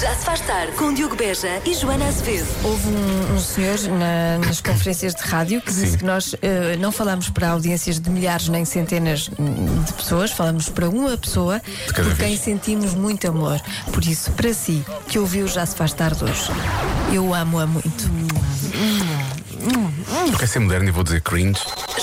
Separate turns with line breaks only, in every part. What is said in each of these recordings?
Já se faz tarde com Diogo Beja e Joana Azevedo.
Houve um, um senhor na- nas conferências de rádio que disse que nós eh, não falamos para audiências de milhares nem centenas hum, de pessoas, falamos para uma pessoa por
cada
quem
vez.
sentimos muito amor. Por isso, para si, que ouviu já se faz tarde hoje. Eu amo-a muito.
Porque é ser moderno e vou dizer cringe.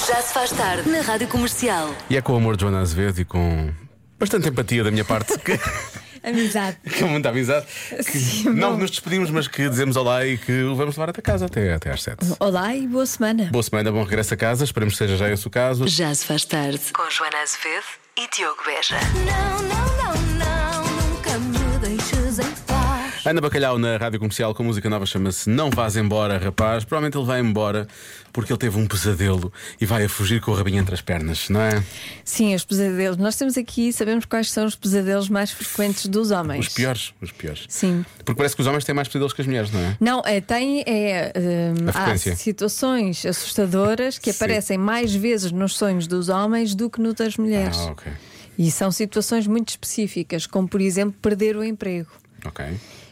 Já se faz tarde na Rádio Comercial.
E é com o amor de Joana Azevedo e com bastante empatia da minha parte, que,
Amizade.
com muita amizade, que não nos despedimos, mas que dizemos olá e que o vamos levar até casa, até, até às sete.
Olá e boa semana.
Boa semana, bom regresso a casa, esperemos que seja já esse o caso.
Já se faz tarde com Joana Azevedo e Diogo Beja.
Não, não, não, não, nunca me deixes em paz.
Ana Bacalhau na rádio comercial com música nova chama-se Não Vás Embora, rapaz. Provavelmente ele vai embora porque ele teve um pesadelo e vai a fugir com o rabinho entre as pernas, não é?
Sim, os pesadelos. Nós temos aqui, sabemos quais são os pesadelos mais frequentes dos homens.
Os piores, os piores.
Sim.
Porque parece que os homens têm mais pesadelos que as mulheres, não é?
Não, é, tem é, hum,
A
há
frequência.
situações assustadoras que
Sim.
aparecem mais vezes nos sonhos dos homens do que no das mulheres.
Ah, ok.
E são situações muito específicas, como por exemplo perder o emprego.
Ok.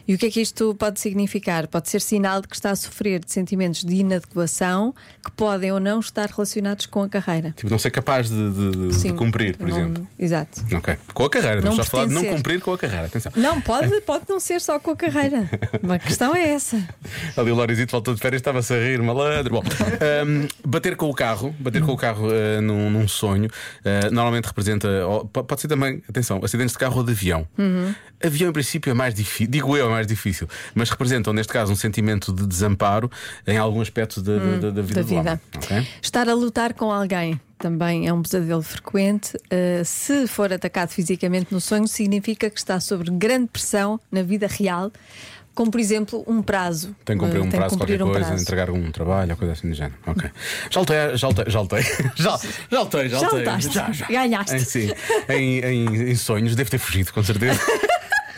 E o que é que isto pode significar? Pode ser sinal de que está a sofrer de sentimentos de inadequação que podem ou não estar relacionados com a carreira.
Tipo, não ser capaz de, de- de- de
Sim.
cumprir, por
Não-
exemplo.
Exato.
Ok. Com a carreira,
Não
estamos já a falar de não
pertencer.
cumprir com a carreira. Atenção.
Não, pode, pode não ser só com a carreira. Uma questão é essa.
Ali o Lorizito voltou de férias, estava-se a rir, malandro. Bom, ahm, bater com o carro, bater com o carro ah, num, num sonho, ah, normalmente representa. ou po- pode ser também, atenção, acidentes de carro ou de avião.
Uhum.
Avião, em princípio, é mais difícil, digo eu, é mais difícil, mas representam, neste caso, um sentimento de desamparo em algum aspecto da, da- da- da vida
Hum, da
do homem.
vida.
Ok?
Estar a lutar com alguém também é um pesadelo frequente. Uh, se for atacado fisicamente no sonho, significa que está sob grande pressão na vida real, como por exemplo um prazo.
Tem que
Uh,
cumprir um
tem que
prazo,
cumprir
qualquer
um
coisa,
prazo.
entregar um trabalho, ou coisa assim do género. Ok. Já lutei, já lutei, já lutei. Já, já lutei, já
Já
lutei.
lutaste.
Já,
Ganhaste.
Em, sim, em, em- em sonhos, devo ter fugido, com certeza.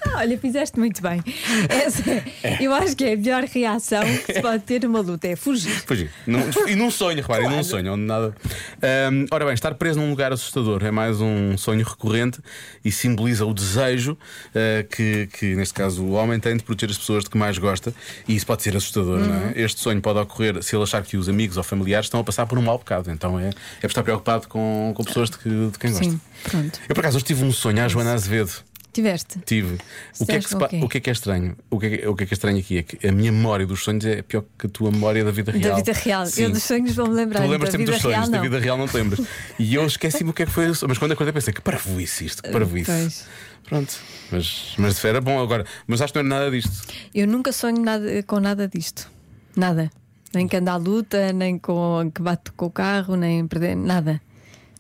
Ah, Olha, fizeste muito bem. Essa é- Eu acho que é a melhor reação que se pode ter numa luta, é fugir.
Fugi. Num- e num sonho, repare, e num sonho, onde nada. Ahm, ora bem, estar preso num lugar assustador é mais um sonho recorrente e simboliza o desejo ah, que, que, neste caso, o homem tem de proteger as pessoas de que mais gosta. E isso pode ser assustador, não é? Este sonho pode ocorrer se ele achar que os amigos ou familiares estão a passar por um mau bocado. Então é, é por estar preocupado com, com pessoas de, que, de quem gosta.
Sim, pronto.
Eu por acaso hoje tive um sonho à Joana Azevedo.
Tiveste.
Tive. O que, é que se
Sonhos com
pa-
o quê?
o que é que é estranho? O que é que, o que é que é estranho aqui é que a minha memória dos sonhos é pior que a tua memória da vida real.
Da vida real.
Sim.
Eu dos sonhos vou-me lembrar.
Tu
da
lembras sempre
vida
dos sonhos,
real,
da
não.
vida real não te lembras. E eu esqueci-me o que é que foi. o sonho. Mas quando acordei pensei que parvoíce isto, que parvoíce.
Pois.
Pronto. Mas, mas era bom agora. Mas acho que não era nada disto.
Eu nunca sonho nada- com nada disto. Nada. Nem que ando à luta, nem com que bato com o carro, nem perder. Nada.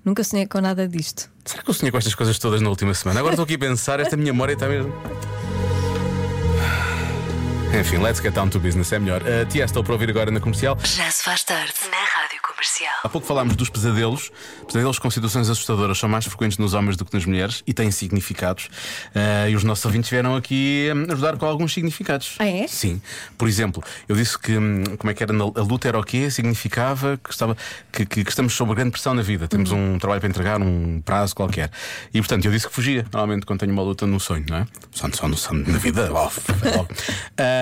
Nunca sonhei com nada disto.
Será que eu sonhei com estas coisas todas na última semana? Agora estou aqui a pensar, esta minha memória está mesmo. Enfim, let's get down to business, é melhor. A Tia estou para ouvir agora na comercial.
Já se faz tarde na Rádio Comercial.
Há pouco falámos dos pesadelos. Pesadelos com situações assustadoras são mais frequentes nos homens do que nas mulheres e têm significados. Eh, e os nossos ouvintes vieram aqui hum, ajudar com alguns significados.
Ah, é?
Sim. Por exemplo, eu disse que hum, como é que era na- a luta era o quê? Significava que, estava, que, que- que estamos sob grande pressão na vida. Temos
Uhum.
um trabalho para entregar, um prazo qualquer. E portanto, eu disse que fugia, normalmente, quando tenho uma luta no sonho, não é? Só, só no sonho, na vida. ó, f- ó.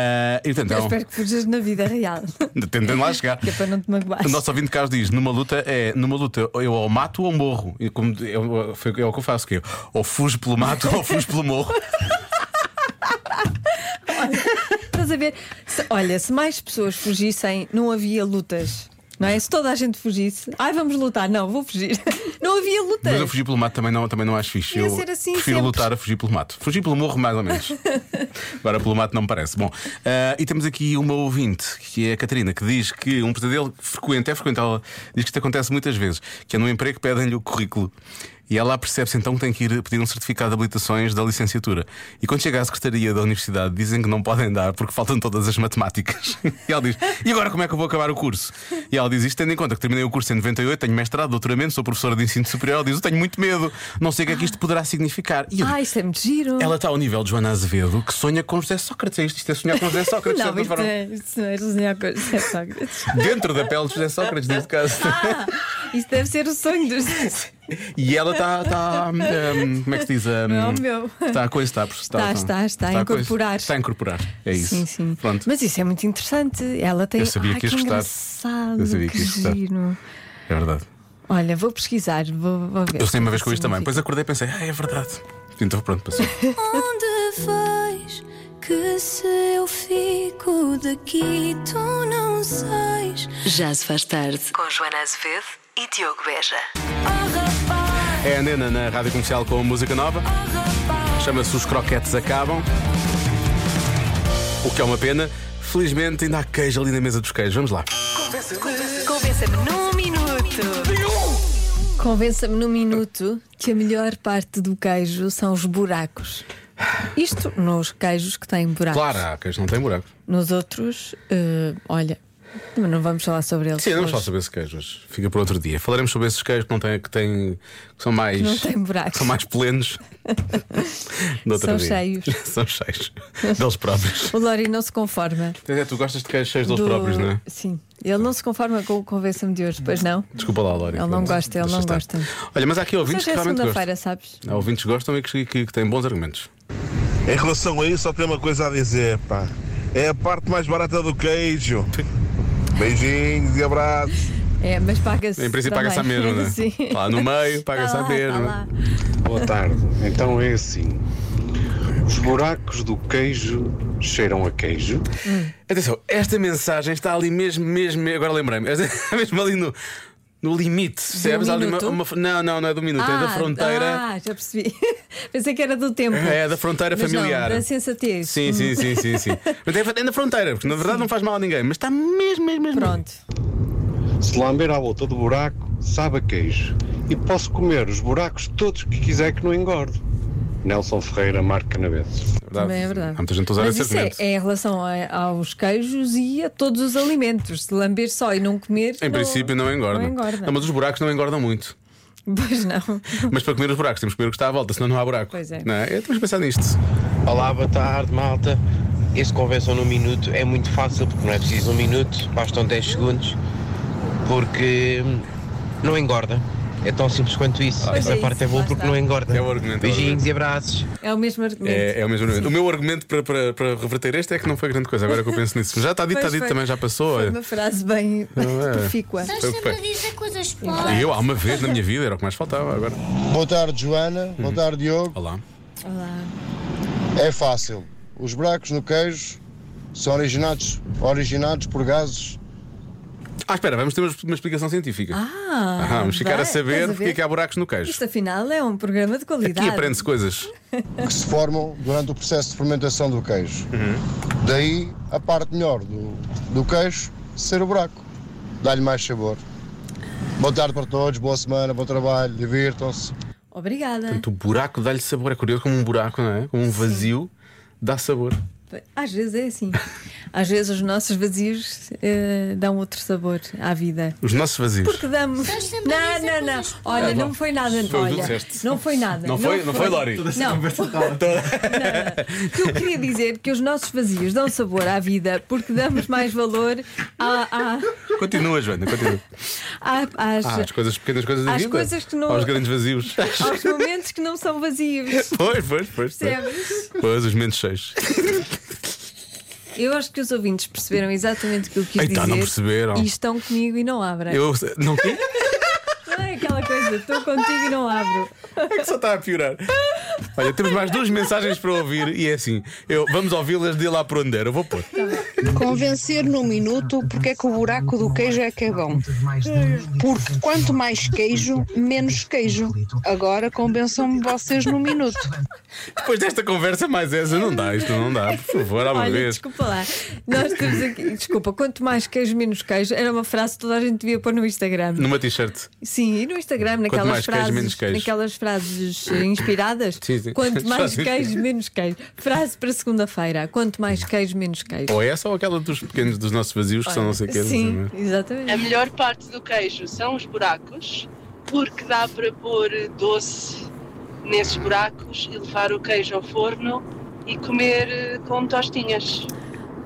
Eh, e portanto, é
Eu
um-
espero que fujas na vida real.
tentem lá chegar.
que é para não te magoar.
O nosso ouvinte Carlos diz: numa luta é numa luta eu ou mato ou morro. E como eu, foi, é o que eu faço, que eu ou fujo pelo mato ou fujo pelo morro.
Estás a ver? Se- olha, se mais pessoas fugissem, não havia lutas. Não é? Se toda a gente fugisse, ai, vamos lutar. Não, vou fugir. Não havia lutas.
Mas eu fugir pelo mato também não, também não acho fixe.
Ia
eu
ser assim
prefiro
sempre.
lutar a fugir pelo mato. Fugir pelo morro, mais ou menos. Agora pelo mato não me parece. Bom, ah, e temos aqui uma ouvinte, que é a Catarina, que diz que um pesadelo frequente, é frequente, ela diz que isto acontece muitas vezes, que é no emprego pedem-lhe o currículo. E ela percebe-se então que tem que ir pedir um certificado de habilitações da licenciatura. E quando chega à secretaria da universidade, dizem que não podem dar porque faltam todas as matemáticas. E ela diz: E agora como é que eu vou acabar o curso? E ela diz: Isto tendo em conta que terminei o curso em 98, tenho mestrado, doutoramento, sou professora de ensino superior. Ela diz: Eu tenho muito medo, não sei o que é que isto poderá significar. E eu digo,
Ai, isso é muito giro.
ela está ao nível de Joana Azevedo, que sonha com José Sócrates. É Isto, isto é sonhar com José Sócrates. de
não,
certa
isto,
forma.
é, isto não é resenhar coisas. É só... Ah.
Dentro da pele de José Sócrates, neste caso.
Isso deve ser o sonho dos. Está,
E ela está. Tá, hum, como é que se diz? Hum,
Não é o meu.
Está a coisa, está, está,
Está, está, está a
coisa-
incorporar.
Está a incorporar. É isso.
Sim, sim.
Pronto.
Mas isso é muito interessante. Ela tem.
Eu sabia
Ai,
que ias gostar.
engraçado,
Eu sabia que
que
ias gostar.
giro.
É verdade.
Olha, vou pesquisar. Vou, vou ver
Eu sei uma
o que
vez com isto também. Depois
significa.
acordei e pensei, ah, é verdade. Então pronto, passou.
Onde vais? Que se eu fico daqui, tu não sais.
Já se faz tarde com Joana Azevedo e Diogo Beja.
Oh rapaz,
É a Nena na rádio comercial com música nova.
oh rapaz.
Chama-se Os Croquetes Acabam. O que é uma pena. Felizmente ainda há queijo ali na mesa dos queijos. Vamos lá.
Convença-me num minuto.
é.
Convença-me num minuto que a melhor parte do queijo são os buracos. Isto nos queijos que têm buracos.
Claro, há queijo, não tem buraco.
Nos outros, eh, olha, mas não vamos falar sobre eles.
Sim, vamos
hoje.
falar sobre esses queijos hoje. Fica para outro dia. Falaremos sobre esses queijos que, não têm, que, têm, que são mais.
Não têm buracos.
que São mais plenos. No outro
São
dia.
cheios.
são cheios. Deles próprios.
O Lori não se conforma.
É, tu gostas de queijos cheios deles
do-
próprios, não é?
Sim. Ele não se conforma com o convença-me de hoje, pois não?
Desculpa lá, Lória.
Ele não gosta, ele
Deixa
não
estar.
gosta.
Olha, mas há aqui ouvintes
Hoje
que
é
realmente gostam.
segunda-feira, sabes?
Há ouvintes que gostam e que, que, que têm bons argumentos.
Em relação a isso, só tenho uma coisa a dizer, pá. É a parte mais barata do queijo. Beijinhos e abraços.
É, mas paga-se.
Em princípio, paga-se à
também.
mesma, né?
Sim.
Lá no meio,
Está
paga-se
Tá
à
lá,
mesma.
está lá.
Boa tarde. Então é assim. Os buracos do queijo cheiram a queijo.
Atenção, esta mensagem está ali mesmo, mesmo, agora lembrei-me, Esta- mesmo ali no, no limite, percebes? Há ali uma-
minuto?
uma- não, não, não é do minuto, é da
Ah,
fronteira.
Ah, já percebi. Pensei que era do tempo.
É da fronteira
Mas
familiar.
Não, da sensatez. Hum.
Sim, sim, sim, sim, sim. Mas é na fronteira, porque na verdade não faz mal a ninguém, mas está mesmo, mesmo, mesmo.
Pronto.
Se lamber à volta do buraco, sabe a queijo. E posso comer os buracos todos que quiser que não engordo. Nelson Ferreira, Marca Canaveses.
Também é verdade.
Há muita gente a usar
Mas
esse
isso é,
argumento.
é em relação a- aos queijos e a todos os alimentos. Se lamber só e não comer.
Em princípio não engorda.
Não engorda.
Não, mas os buracos não engordam muito.
Pois não.
Mas para comer os buracos temos que comer o que está à volta, senão não há buraco.
Pois é.
Não é? Eu tenho que pensar nisto.
Olá, boa tarde, malta. Este convenção num minuto é muito fácil, porque não é preciso um minuto, bastam 10 segundos, porque hum, não engorda. É tão simples quanto isso.
Pois
Essa
é isso,
parte é boa
lá
porque
está.
não engorda.
É o argumento, é o
Beijinhos e abraços.
É o mesmo argumento.
É, é o mesmo argumento. O meu argumento para, para, para reverter este é que não foi grande coisa. Agora que eu penso nisso. Já está dito, está
Pois
tá dito,
foi.
também já passou.
Foi
olha.
uma frase bem
Não é?
profícua.
Estás sempre a
dizer coisas
E eu, há uma vez na minha vida, era o que mais faltava agora.
Boa tarde, Joana. Boa tarde, Diogo.
Olá.
É fácil. Os buracos no queijo são originados, originados por gases.
Ah, espera, vamos ter uma, uma explicação científica.
Ah,
Ah, vamos ficar
bem,
a saber
estás
porque é que há buracos no queijo.
Isto afinal é um programa de qualidade.
Aqui aprende-se coisas.
que se formam durante o processo de fermentação do queijo. Daí a parte melhor do, do queijo ser o buraco. Dá-lhe mais sabor. Boa tarde para todos, boa semana, bom trabalho, divirtam-se.
Obrigada.
Portanto, o buraco dá-lhe sabor. É curioso como um buraco, não é? Como um vazio dá sabor.
Às vezes é assim. Às vezes os nossos vazios eh, dão outro sabor à vida.
Os nossos vazios.
Que damos.
Estás sempre a
Não,
dizer
não, não.
coisas
Olha,
boas.
não foi nada.
Ah, Foi o que tu
Olha,
disseste.
não foi nada.
Não foi, não foi, Lori?
Não.
tá
O que eu queria dizer que os nossos vazios dão sabor à vida porque damos mais valor à- à-
Continua, Joana, continua.
à- às,
Ah, as coisas, pequenas coisas da
Às
vida.
coisas que não-
Aos grandes vazios.
aos momentos que não são vazios.
Pois, pois, pois.
Percebes?
Pois, os mentes cheios.
Eu acho que os ouvintes perceberam exatamente o que eu quis
Então,
dizer.
não perceberam.
E estão comigo e não abrem.
Eu. Não quê?
Não é aquela coisa, estou contigo e não abro.
É que só está a piorar. Olha, temos mais duas mensagens para ouvir e é assim. Eu, vamos ouvi-las de lá por onde era. Eu vou pôr.
Convencer num Um minuto porque é que o buraco do queijo é que é bom. Porque quanto mais queijo, menos queijo. Agora convençam-me vocês num minuto.
Depois desta conversa, mais essa não dá. Isto não dá. Por favor, há uma
Olha,
vez.
desculpa lá. Nós temos aqui. Desculpa, quanto mais queijo, menos queijo. Era uma frase que toda a gente devia pôr no Instagram.
Numa t-shirt.
Sim, e no Instagram, naquelas
mais queijo,
frases,
menos queijo.
naquelas frases eh, inspiradas.
Sim, sim.
Quanto mais
Sim.
queijo, menos queijo. Frase para segunda-feira. Quanto mais queijo, menos queijo.
Ou é essa ou aquela dos pequenos, dos nossos vazios, que são não sei o quê. não é? sei
Sim,
o quê.
exatamente.
A melhor parte do queijo são os buracos, porque dá para pôr doce nesses buracos e levar o queijo ao forno e comer eh, com tostinhas.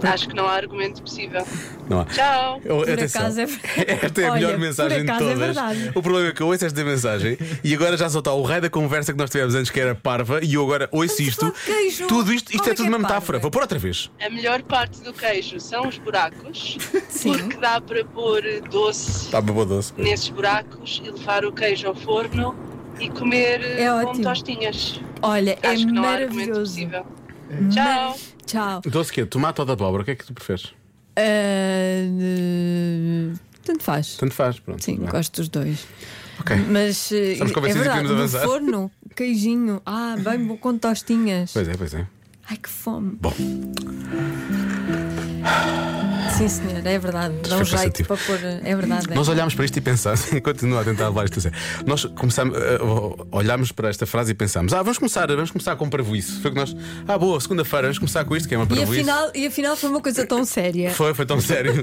Acho que não há argumento possível.
Não há.
Tchau!
Eu-
Por
atenção.
acaso é verdade.
Esta é a
Olha,
melhor
por
mensagem de
acaso é
todas.
verdade.
o problema é que eu ouço esta mensagem e agora já só está o raio da conversa que nós tivemos antes, que era parva, e eu agora ouço
Vamos
isto.
falar de queijo.
Tudo isto, isto
Como
é
é que
tudo
é
uma
parva?
metáfora. Vou pôr outra vez.
A melhor parte do queijo são os buracos,
Sim.
porque dá para pôr doce
Está bobo Tá doce.
nesses buracos e levar o queijo ao forno e comer eh,
É
com
ótimo.
tostinhas.
Olha, é
Acho que não há argumento
maravilhoso.
possível. Tchau!
Tchau.
Doce que Tomate ou de abóbora? O que é que tu preferes?
Uh, tanto Eh, faz.
Tanto faz, pronto.
Sim,
Não é?
gosto dos dois.
Ok.
Mas eh,
Estamos
é
convencidos que
verdade,
queremos
no
avançar.
forno, queijinho, ah, bem bom com tostinhas.
Pois é, pois é.
Ai que fome.
Bom,
Sim, senhora, é verdade. Dá
foi
um jeito
cansativo.
para pôr. É verdade. é.
nós olhámos para isto e pensámos, continua a tentar levar isto a sério. Nós começámos, eh, olhámos para esta frase e pensámos, ah, vamos começar, vamos começar com parvoíce. Foi o que nós, ah, boa, segunda-feira, vamos começar com isto, que é uma
E
parvoíce.
afinal, é. e afinal foi uma coisa tão séria.
Foi, foi tão sério.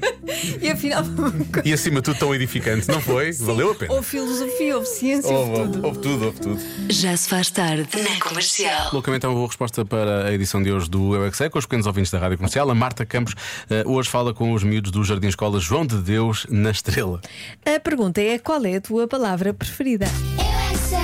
E afinal foi uma coisa.
E acima de tudo tão edificante, não foi? Valeu a pena.
Houve filosofia, houve ciência, houve
Houve,
tudo.
houve tudo, houve tudo.
Já se faz tarde na comercial.
Loucamente é uma boa resposta para a edição de hoje do Eu é Que Sei, com os pequenos ouvintes da Rádio Comercial. A Marta Campos eh, hoje fala com os miúdos do Jardim Escola João de Deus na Estrela.
A pergunta é qual é a tua palavra preferida?
Eu é que sei,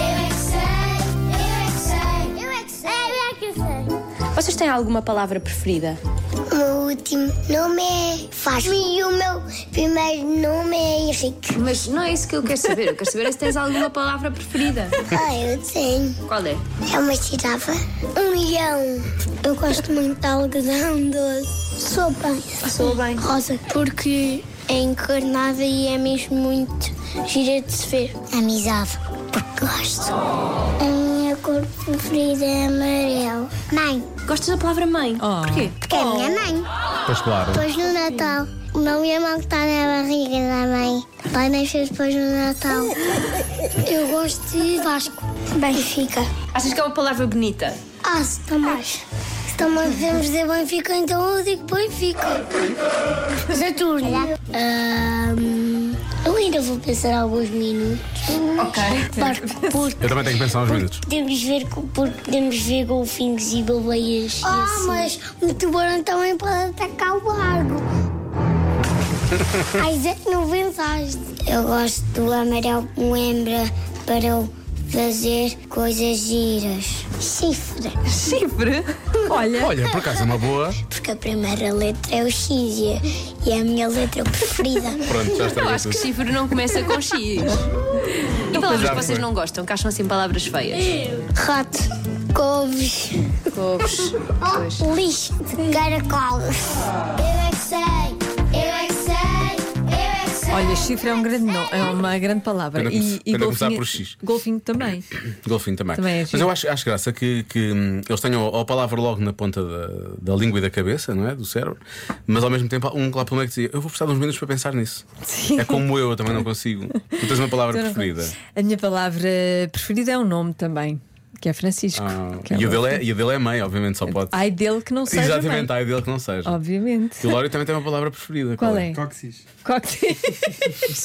eu é que sei, eu é que sei, eu é que sei, eu é que sei. Vocês têm alguma palavra preferida? O meu último nome é Faz. E o meu primeiro nome é Henrique.
Mas não é isso que eu quero saber. Eu quero saber é se tens alguma palavra preferida.
Ah, eu tenho.
Qual é?
É uma tirava. Um milhão. Eu gosto muito de algodão doce. Sopa. Sou bem. Rosa. Porque é encarnada e é mesmo muito gira de se ver. Amizade. Porque gosto. A minha cor preferida é amarelo. Mãe.
Gostas da palavra mãe? Porquê?
Porque é a minha mãe.
Pois claro.
Depois no Natal. O meu irmão que está na barriga da mãe. Vai nascer depois do Natal. Eu gosto de Vasco. Benfica.
Achas que é uma palavra bonita?
Ah, se também. Se também podemos dizer Benfica, então eu digo Benfica. Saturno. eu ainda vou pensar alguns minutos. Ok. Porque,
Eu também tenho que pensar uns minutos.
podemos ver, porque podemos ver golfinhos e baleias. Ah, mas o tubarão também pode atacar o barco. Ai, Zé, não pensaste. Eu gosto do amarelo que me lembra para eu fazer coisas giras. Chifre.
Chifre? Olha,
Olha, por acaso é uma boa.
Porque a primeira letra é o X e é, e é a minha letra preferida.
Pronto, já está
Eu
bem
acho que
tudo.
chifre não começa com X. E
Então,
palavras que vocês não gostam, que acham assim palavras feias?
Rato, couves, Oh,
Couves.
lixo de caracol. Eu é que sei, eu é que sei, eu é que sei.
olha, chifre é um grande nome, é uma grande palavra.
Pena
e
começar-
e
pena começar
golfinho,
por X.
golfinho também.
Golfinho também.
Também é
Mas
giro.
eu acho, acho graça que, que, hum, eles tenham a palavra logo na ponta da, da língua e da cabeça, não é? Do cérebro, mas ao mesmo tempo há um lá pelo meio que dizia: Eu vou precisar de uns minutos para pensar nisso. É como eu, eu também não consigo. Tu tens uma palavra preferida.
A minha palavra preferida é um nome também, que é Francisco.
Ah,
que é
e, o
uma-
dele é, e o dele é mãe, obviamente, só pode.
Ai dele que não seja.
Exatamente, é
mãe.
há ideal que não seja. E
Obviamente.
o Lório também tem uma palavra preferida.
Qual é?
Coxis.
Cócteis.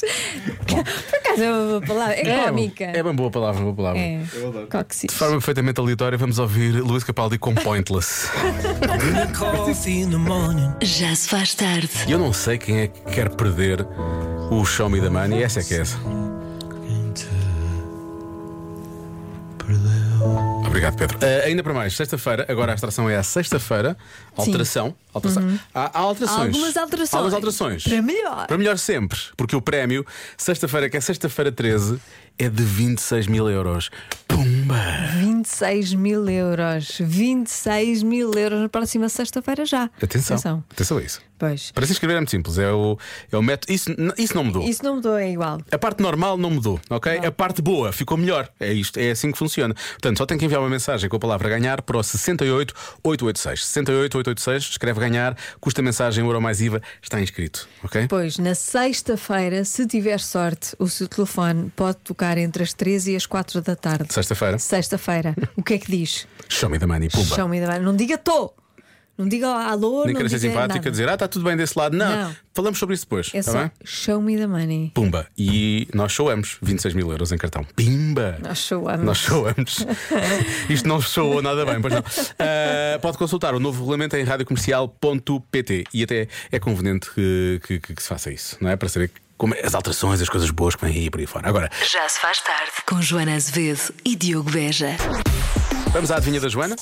Por acaso é uma palavra. É, cómica.
É uma boa palavra, uma boa palavra.
É. Cócteis.
De forma perfeitamente aleatória, vamos ouvir Luís Capaldi com Pointless.
Já se faz tarde
E eu não sei quem é que quer perder o Show Me the Money, essa é que é essa. Obrigado, Pedro. Ah, ainda para mais, sexta-feira, agora a extração é a sexta-feira, alteração. alteração. Há, há alterações.
Há algumas alterações.
Há algumas alterações.
Para melhor.
Para melhor sempre, porque o prémio, sexta-feira, que é sexta-feira 13, é de 26 mil euros. Pumba!
26 mil euros. 26 mil euros na próxima sexta-feira já.
Atenção. Atenção, a isso.
Pois.
Para se inscrever é muito simples, é o, é o método. Isso, isso não mudou.
Isso não mudou, é igual.
A parte normal não mudou, ok? A parte boa ficou melhor. É isto, é assim que funciona. Portanto, só tem que enviar uma mensagem com a palavra ganhar para o 68886. 68886, escreve ganhar, custa mensagem, um euro mais IVA, está inscrito, ok?
Pois, na sexta-feira, se tiver sorte, o seu telefone pode tocar entre as 13 e as 4 da tarde.
Sexta-feira,
Sexta-feira. O que é que diz?
show me the money, pumba.
Chão-me da Não diga tô! Não diga alô,
Nem
não
querer ser
diga
simpática,
nada.
dizer, ah, está tudo bem desse lado. Não,
Não.
falamos sobre isso depois.
É
está
só
bem?
show me the money.
Pumba. E nós soamos 26 mil euros em cartão. Pimba!
Nós showamos.
Nós soamos. Isto não soou nada bem, pois não. Ah, pode consultar o novo regulamento em radiocomercial.pt e até é conveniente que, que- que- que se faça isso, não é? Para saber como é- as alterações, as coisas boas que vêm aí e por aí fora. Agora,
Já se faz tarde com Joana Azevedo e Diogo Beja.
vamos à adivinha da Joana?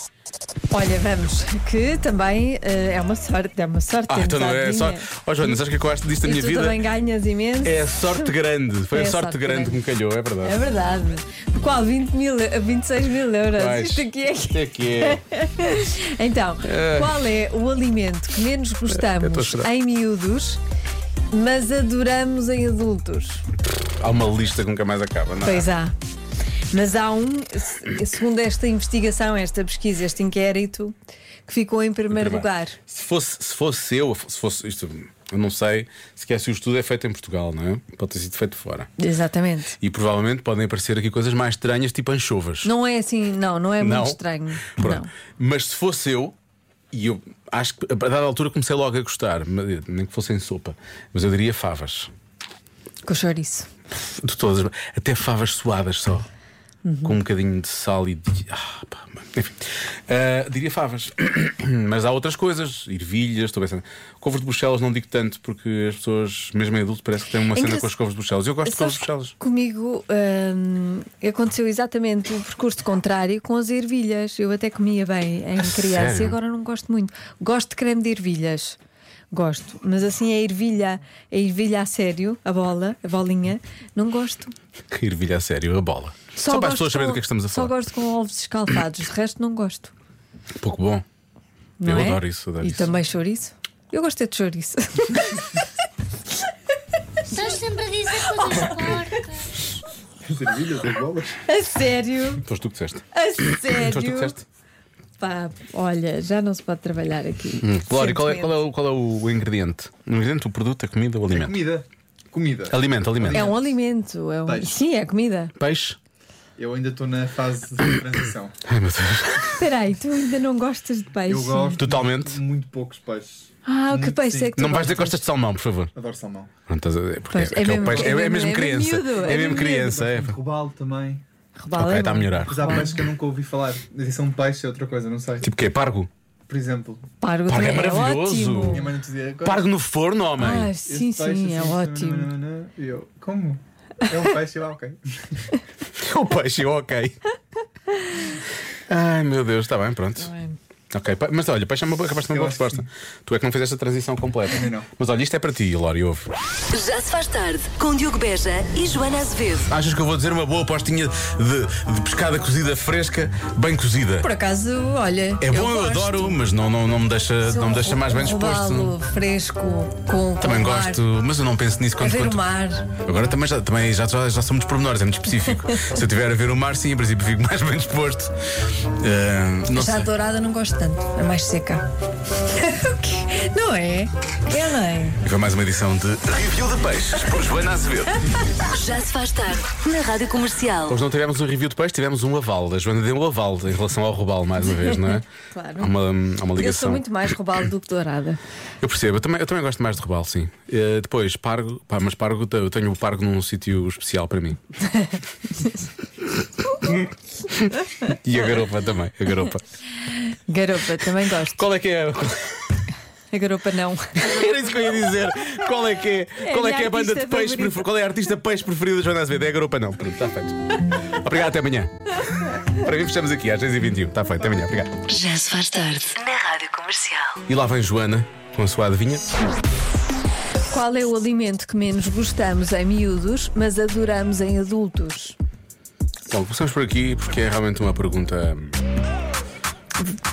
Olha, vamos, que também eh, é uma sorte, é uma sorte.
Ah,
termos
então não
a
é só.
adivinha.
Ó Joana, sabes que com esta disto da
E
minha
tu
vida
também ganhas imenso.
é sorte grande. Foi
É
a sorte,
sorte
grande que me calhou, é verdade.
É verdade. Qual? 20 mil, 26 mil euros.
Pois,
Isto aqui é.
isto é que é.
então,
É.
qual é o alimento que menos
Eu estou a
gostamos
chorar.
em miúdos, mas adoramos em adultos?
Há uma lista que nunca mais acaba, não é?
Pois há. Mas há um, se- segundo esta investigação, esta pesquisa, este inquérito, que ficou em primeiro
Primeiro.
lugar.
Se fosse, se fosse eu, se fosse isto, eu não sei sequer se o estudo é feito em Portugal, não é? Pode ter sido feito fora.
Exatamente.
E provavelmente podem aparecer aqui coisas mais estranhas, tipo anchovas.
Não é assim, não, não é
Não.
muito estranho.
Pronto.
Não.
Mas se fosse eu, e eu acho que a dada altura comecei logo a gostar, mas- nem que fosse em sopa, mas eu diria favas.
Com chouriço.
De todas, até favas suadas só. Com um bocadinho de sal e de. Ah, pá, mano. Enfim. Ah, diria favas. Mas há outras coisas, ervilhas, estou pensando. Couves de Bruxelas não digo tanto, porque as pessoas, mesmo em adulto, parece que têm
É
uma cena
engra-
com as couves de Bruxelas. Eu gosto de
Sabes
couves de Bruxelas.
que Comigo hum, aconteceu exatamente o percurso contrário com as ervilhas. Eu até comia bem em criança
sério?
e agora não gosto muito. Gosto de creme de ervilhas. Gosto, mas assim a ervilha, a ervilha a sério, a bola, a bolinha, não gosto.
Que ervilha a sério, a bola. Só, para
gosto
as pessoas saberem
com-
do que é que estamos a
Só
falar.
gosto com ovos escalfados, de resto não gosto.
Pouco bom.
Não
eu
é?
adoro isso, adoro
e
isso.
também chouriço. Eu gosto é de chouriço.
Estás sempre a dizer coisas porcas.
a sério,
Foste tu que disseste.
a
Foste Então, tu que
sério.
disseste.
Pá, olha, já não se pode trabalhar aqui.
Hum, Glória, qual é,
Simplesmente.
qual, é o, qual é o ingrediente? O ingrediente, o produto, a comida, o alimento?
É Comida. Comida.
Alimento, alimento.
É um alimento, é um...
Peixe.
sim, é comida.
Peixe?
Eu ainda estou na fase de transição.
Ai meu Deus.
Espera aí, tu ainda não gostas de peixe?
Eu gosto
Totalmente.
de muito poucos peixes.
Ah, que
Muito
peixe é que tu
Não vais dizer
gostas?
costas de salmão, por favor.
Adoro salmão.
Pronto, estás a- é, porque
Pois,
é,
é
que é o
mesmo-
peixe- é-
é
é
mesmo-
mesmo
é
criança.
miúdo,
É
é
mesmo
miúdo.
criança, é.
De Robalo também.
Robalo
Ok, tá
é
está a
bom.
melhorar.
Mas há peixes que eu nunca ouvi falar. Isso é um peixe, é outra coisa, não sei.
Tipo que é pargo?
Por exemplo,
Pargo
Pargo é
também é,
maravilhoso.
minha
ótimo.
mãe não te dizia. "Agora,
Pargo no forno, homem!
Ah,
esse
sim,
peixe,
sim, é
assim,
ótimo.
nananana", E eu, como? É um peixe, eu, "Ah, ok.
É O peixe, ok. Ai meu Deus, está bem, pronto. Ok, pe- mas olha, peixe é uma boa, capaz de ser uma boa
Eu acho que
resposta. Tu é que não fizeste a transição completa.
Ainda não.
Mas olha, isto é para ti, Lori, ouve.
Já se faz tarde com Diogo Beja e Joana Azevedo.
Achas que eu vou dizer uma boa apostinha de, de pescada cozida fresca, bem cozida?
Por acaso, olha.
É bom, eu,
gosto.
adoro, mas não, não, não me deixa, não me deixa mais bem disposto.
Robalo, fresco, com.
Também
com
gosto,
Mar,
mas eu não penso nisso
a
quando
ver
quando-
o mar.
Agora também já, também já, já, já somos pormenores, é muito específico. Se eu tiver a ver o mar, sim, em princípio fico mais bem disposto. Ah, não
Já
sei.
dourada não gosto tanto, é mais seca. não é? É, não é?
E foi mais uma edição de Review de Peixes por Joana Azevedo.
Já se faz tarde na Rádio Comercial.
Hoje não tivemos um review de peixe, tivemos um aval. A Joana deu um aval em relação ao robalo, mais uma vez, não é?
Claro.
Há uma, há uma
Eu sou
ligação.
muito mais robalo do que dourada.
Eu percebo, eu também, eu também gosto mais de robalo, sim. Eh, depois, pargo, pá, mas pargo, te- eu tenho o pargo num sítio especial para mim. e a garopa também, a garopa.
Garopa, também gosto.
Qual é que é?
A garopa não.
Era isso que eu ia dizer. Qual é que é,
É a
qual é, que é
minha
a banda
artista
de peixe
favorita.
preferida? Qual é a artista peixe preferida da Joana Azevedo? É a garopa, não. Pronto, está feito. Obrigado, até amanhã. Para mim, fechamos aqui às 6h21. Está um. Tá feito, até amanhã. Obrigado.
Já se faz tarde na Rádio Comercial.
E lá vem Joana com a sua adivinha.
Qual é o alimento que menos gostamos em miúdos, mas adoramos em adultos?
Bom, começamos por aqui porque é realmente uma pergunta hum,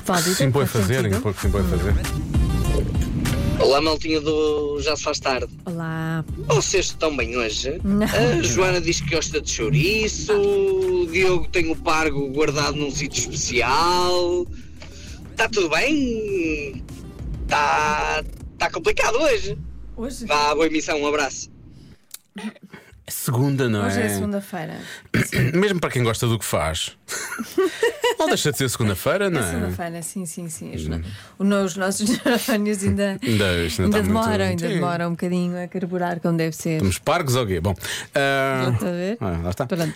Faz
que
isso,
se impõe
faz
fazer,
sentido.
impõe, que se impõe fazer.
Olá, maltinha do Já Se Faz Tarde.
Olá.
Vocês estão bem hoje?
Não.
A Joana diz que gosta de chouriço, o Diogo tem o pargo guardado num sítio especial. Está tudo bem? Está tá complicado hoje.
Hoje?
Vá, boa emissão, um abraço.
Segunda, não
Hoje é
é?
segunda-feira.
Mesmo para quem gosta do que faz. Não deixa de ser segunda-feira, não
É
é? Uhum.
segunda-feira, sim, sim, sim. Os, no- os nossos neurónios ainda,
Ainda- isto
ainda
ainda está muito-
demoram, ainda
Sim.
demoram um bocadinho a carburar como deve ser.
Estamos parques ou quê? Bom. ah,
Pronto, a ver?
ah, lá está.
Pronto.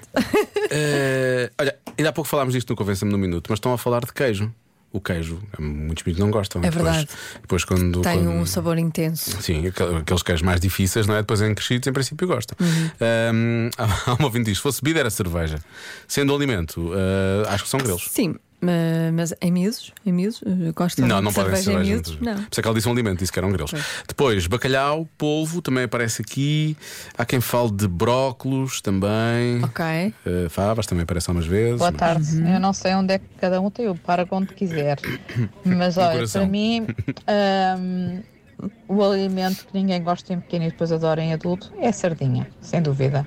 Eh, olha, ainda há pouco falámos disto no Convença-me no Minuto, mas estão a falar de queijo. O queijo, há muitos miúdos não gostam.
É
Depois-
verdade.
Depois, quando.
Tem
quando-
um sabor intenso.
Sim, aquel- aqueles queijos mais difíceis, não é? Depois em crescidos, em princípio, gostam.
Uhum.
Um, há uma ouvinte que diz: se fosse bebida, era cerveja. Sendo alimento, eh, acho que são grelos.
Sim, ma- mas em miúdos? Em miúdos? eh, Gostam
Não,
de
não podem ser
cerveja em
cerveja.
miúdos? Não.
Por isso é que ela disse um alimento, disse que eram grelos.
Pois.
Depois, bacalhau, polvo, também aparece aqui. Há quem fale de brócolos também.
Ok.
Eh, favas também aparece algumas vezes.
Boa
mas-
tarde. Eu não sei onde é que cada um tem o para onde quiser. Mas
No
olha,
coração.
para mim, ahm, o alimento que ninguém gosta em pequeno e depois adora em adulto é a sardinha, sem dúvida.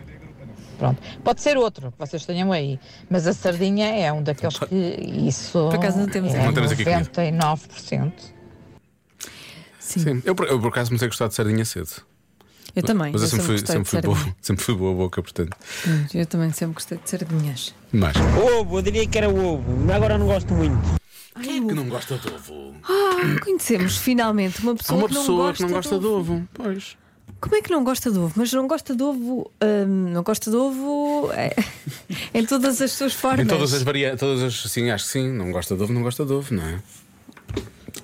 Pronto. Pode ser outro, que vocês tenham aí. Mas a sardinha é um daqueles que isso
Oh.
Por acaso não temos
é
aqui.
Não temos aqui comigo.
99%.
Sim.
Eu, por- eu, por acaso, comecei a gostar de sardinha cedo.
Eu também.
Mas eu, sempre, fui,
gostei
sempre,
de
fui boa, sempre fui boa boca, portanto.
sardinhas. Eu também sempre gostei de sardinhas.
Mas.
Ovo, eu diria que era ovo, mas agora não gosto muito.
Quem é que não gosta de ovo?
Ah, conhecemos finalmente uma pessoa,
Uma
que, não
pessoa que
gosta
não gosta de ovo. Pois.
Como é que não gosta de ovo? Mas não gosta de ovo. hum, não gosta de ovo é, em todas as suas formas.
Em todas as variantes, todas as. Sim, acho que sim. Não gosta de ovo, não gosta de ovo, não é?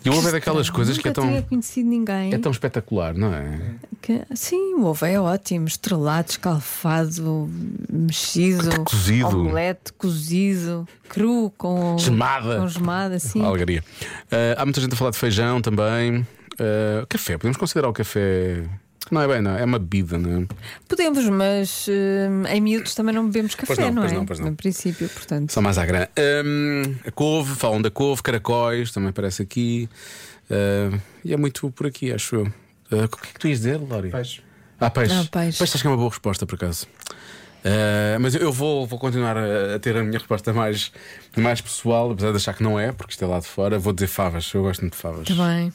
E o ovo é daquelas coisas que é
Nunca
tão,
tinha conhecido ninguém.
é tão espetacular, não é?
Que- sim, o ovo é ótimo. Estrelado, escalfado, mexido,
cozido.
omelete, cozido, cru, com
Gemada.
Com gemada, sim.
Algaria. Ah, há muita gente a falar de feijão também. Ah, café, podemos considerar o café. Não é bem, não. É uma bebida, não é?
Podemos, mas hum, em miúdos também não bebemos café,
não, pois
é?
não, pois não.
No princípio, portanto.
Só mais à grana. Hum, a couve, falam da couve, caracóis, também aparece aqui. Ah, e é muito por aqui, acho eu. Ah, o que é que tu ias dizer, Lória? Peixe. Ah, peixe.
Ah, peixe.
acho que é uma boa resposta, por acaso. Ah, mas eu- eu vou, vou continuar a, a ter a minha resposta mais, mais pessoal, apesar de achar que não é, porque isto é lá de fora. Vou dizer favas, eu gosto muito de favas.
Está bem.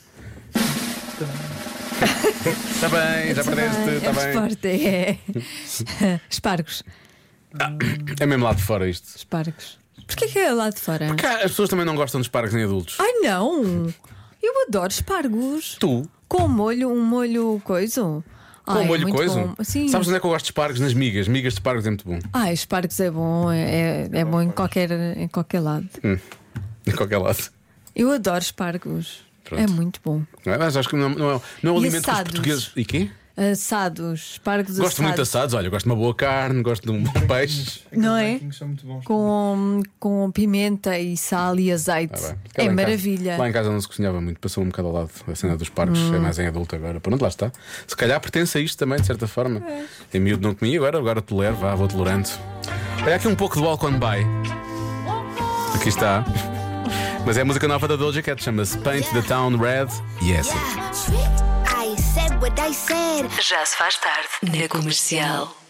Está bem, já
Tá
perdeste,
bem.
está
A
bem.
resposta é. Espargos.
É mesmo lá de fora isto.
Espargos. Porquê que é lá de fora?
Porque há- as pessoas também não gostam de espargos nem adultos.
Ai não! Eu adoro espargos.
Tu?
Com molho, um molho coiso.
Com
Ai, é
o molho
muito
coisa?
bom. Sim.
Sabes onde é que eu gosto de espargos? Nas migas. Migas de espargos é muito bom.
Ai, espargos é bom, é, é- é bom em qualquer, em qualquer lado.
Hum. De qualquer lado.
Eu adoro espargos.
Pronto.
É muito bom.
Não é? Mas acho que não, não é, não é um
E
alimento que os
assados?
portugueses. E quê?
Assados, espargos
Gosto muito de
assados.
assados. Olha, eu gosto de uma boa carne, gosto de um bom peixe.
Não é? Com, com pimenta e sal e azeite.
Ah, bem. Se
é
calhar em casa-
maravilha.
lá em casa não se cozinhava muito, passou um bocado ao lado a cena dos parques,
Hum.
é mais em adulto agora. Pronto, lá está. Se calhar pertence a isto também, de certa forma. Em miúdo não comia, agora, agora tolero, vá, vou tolerante. Olha aqui um pouco do Walk on By. Aqui está. Mas é a música nova da Doja Cat, chama-se Paint the Town Red. E é essa.
Já se faz tarde na comercial.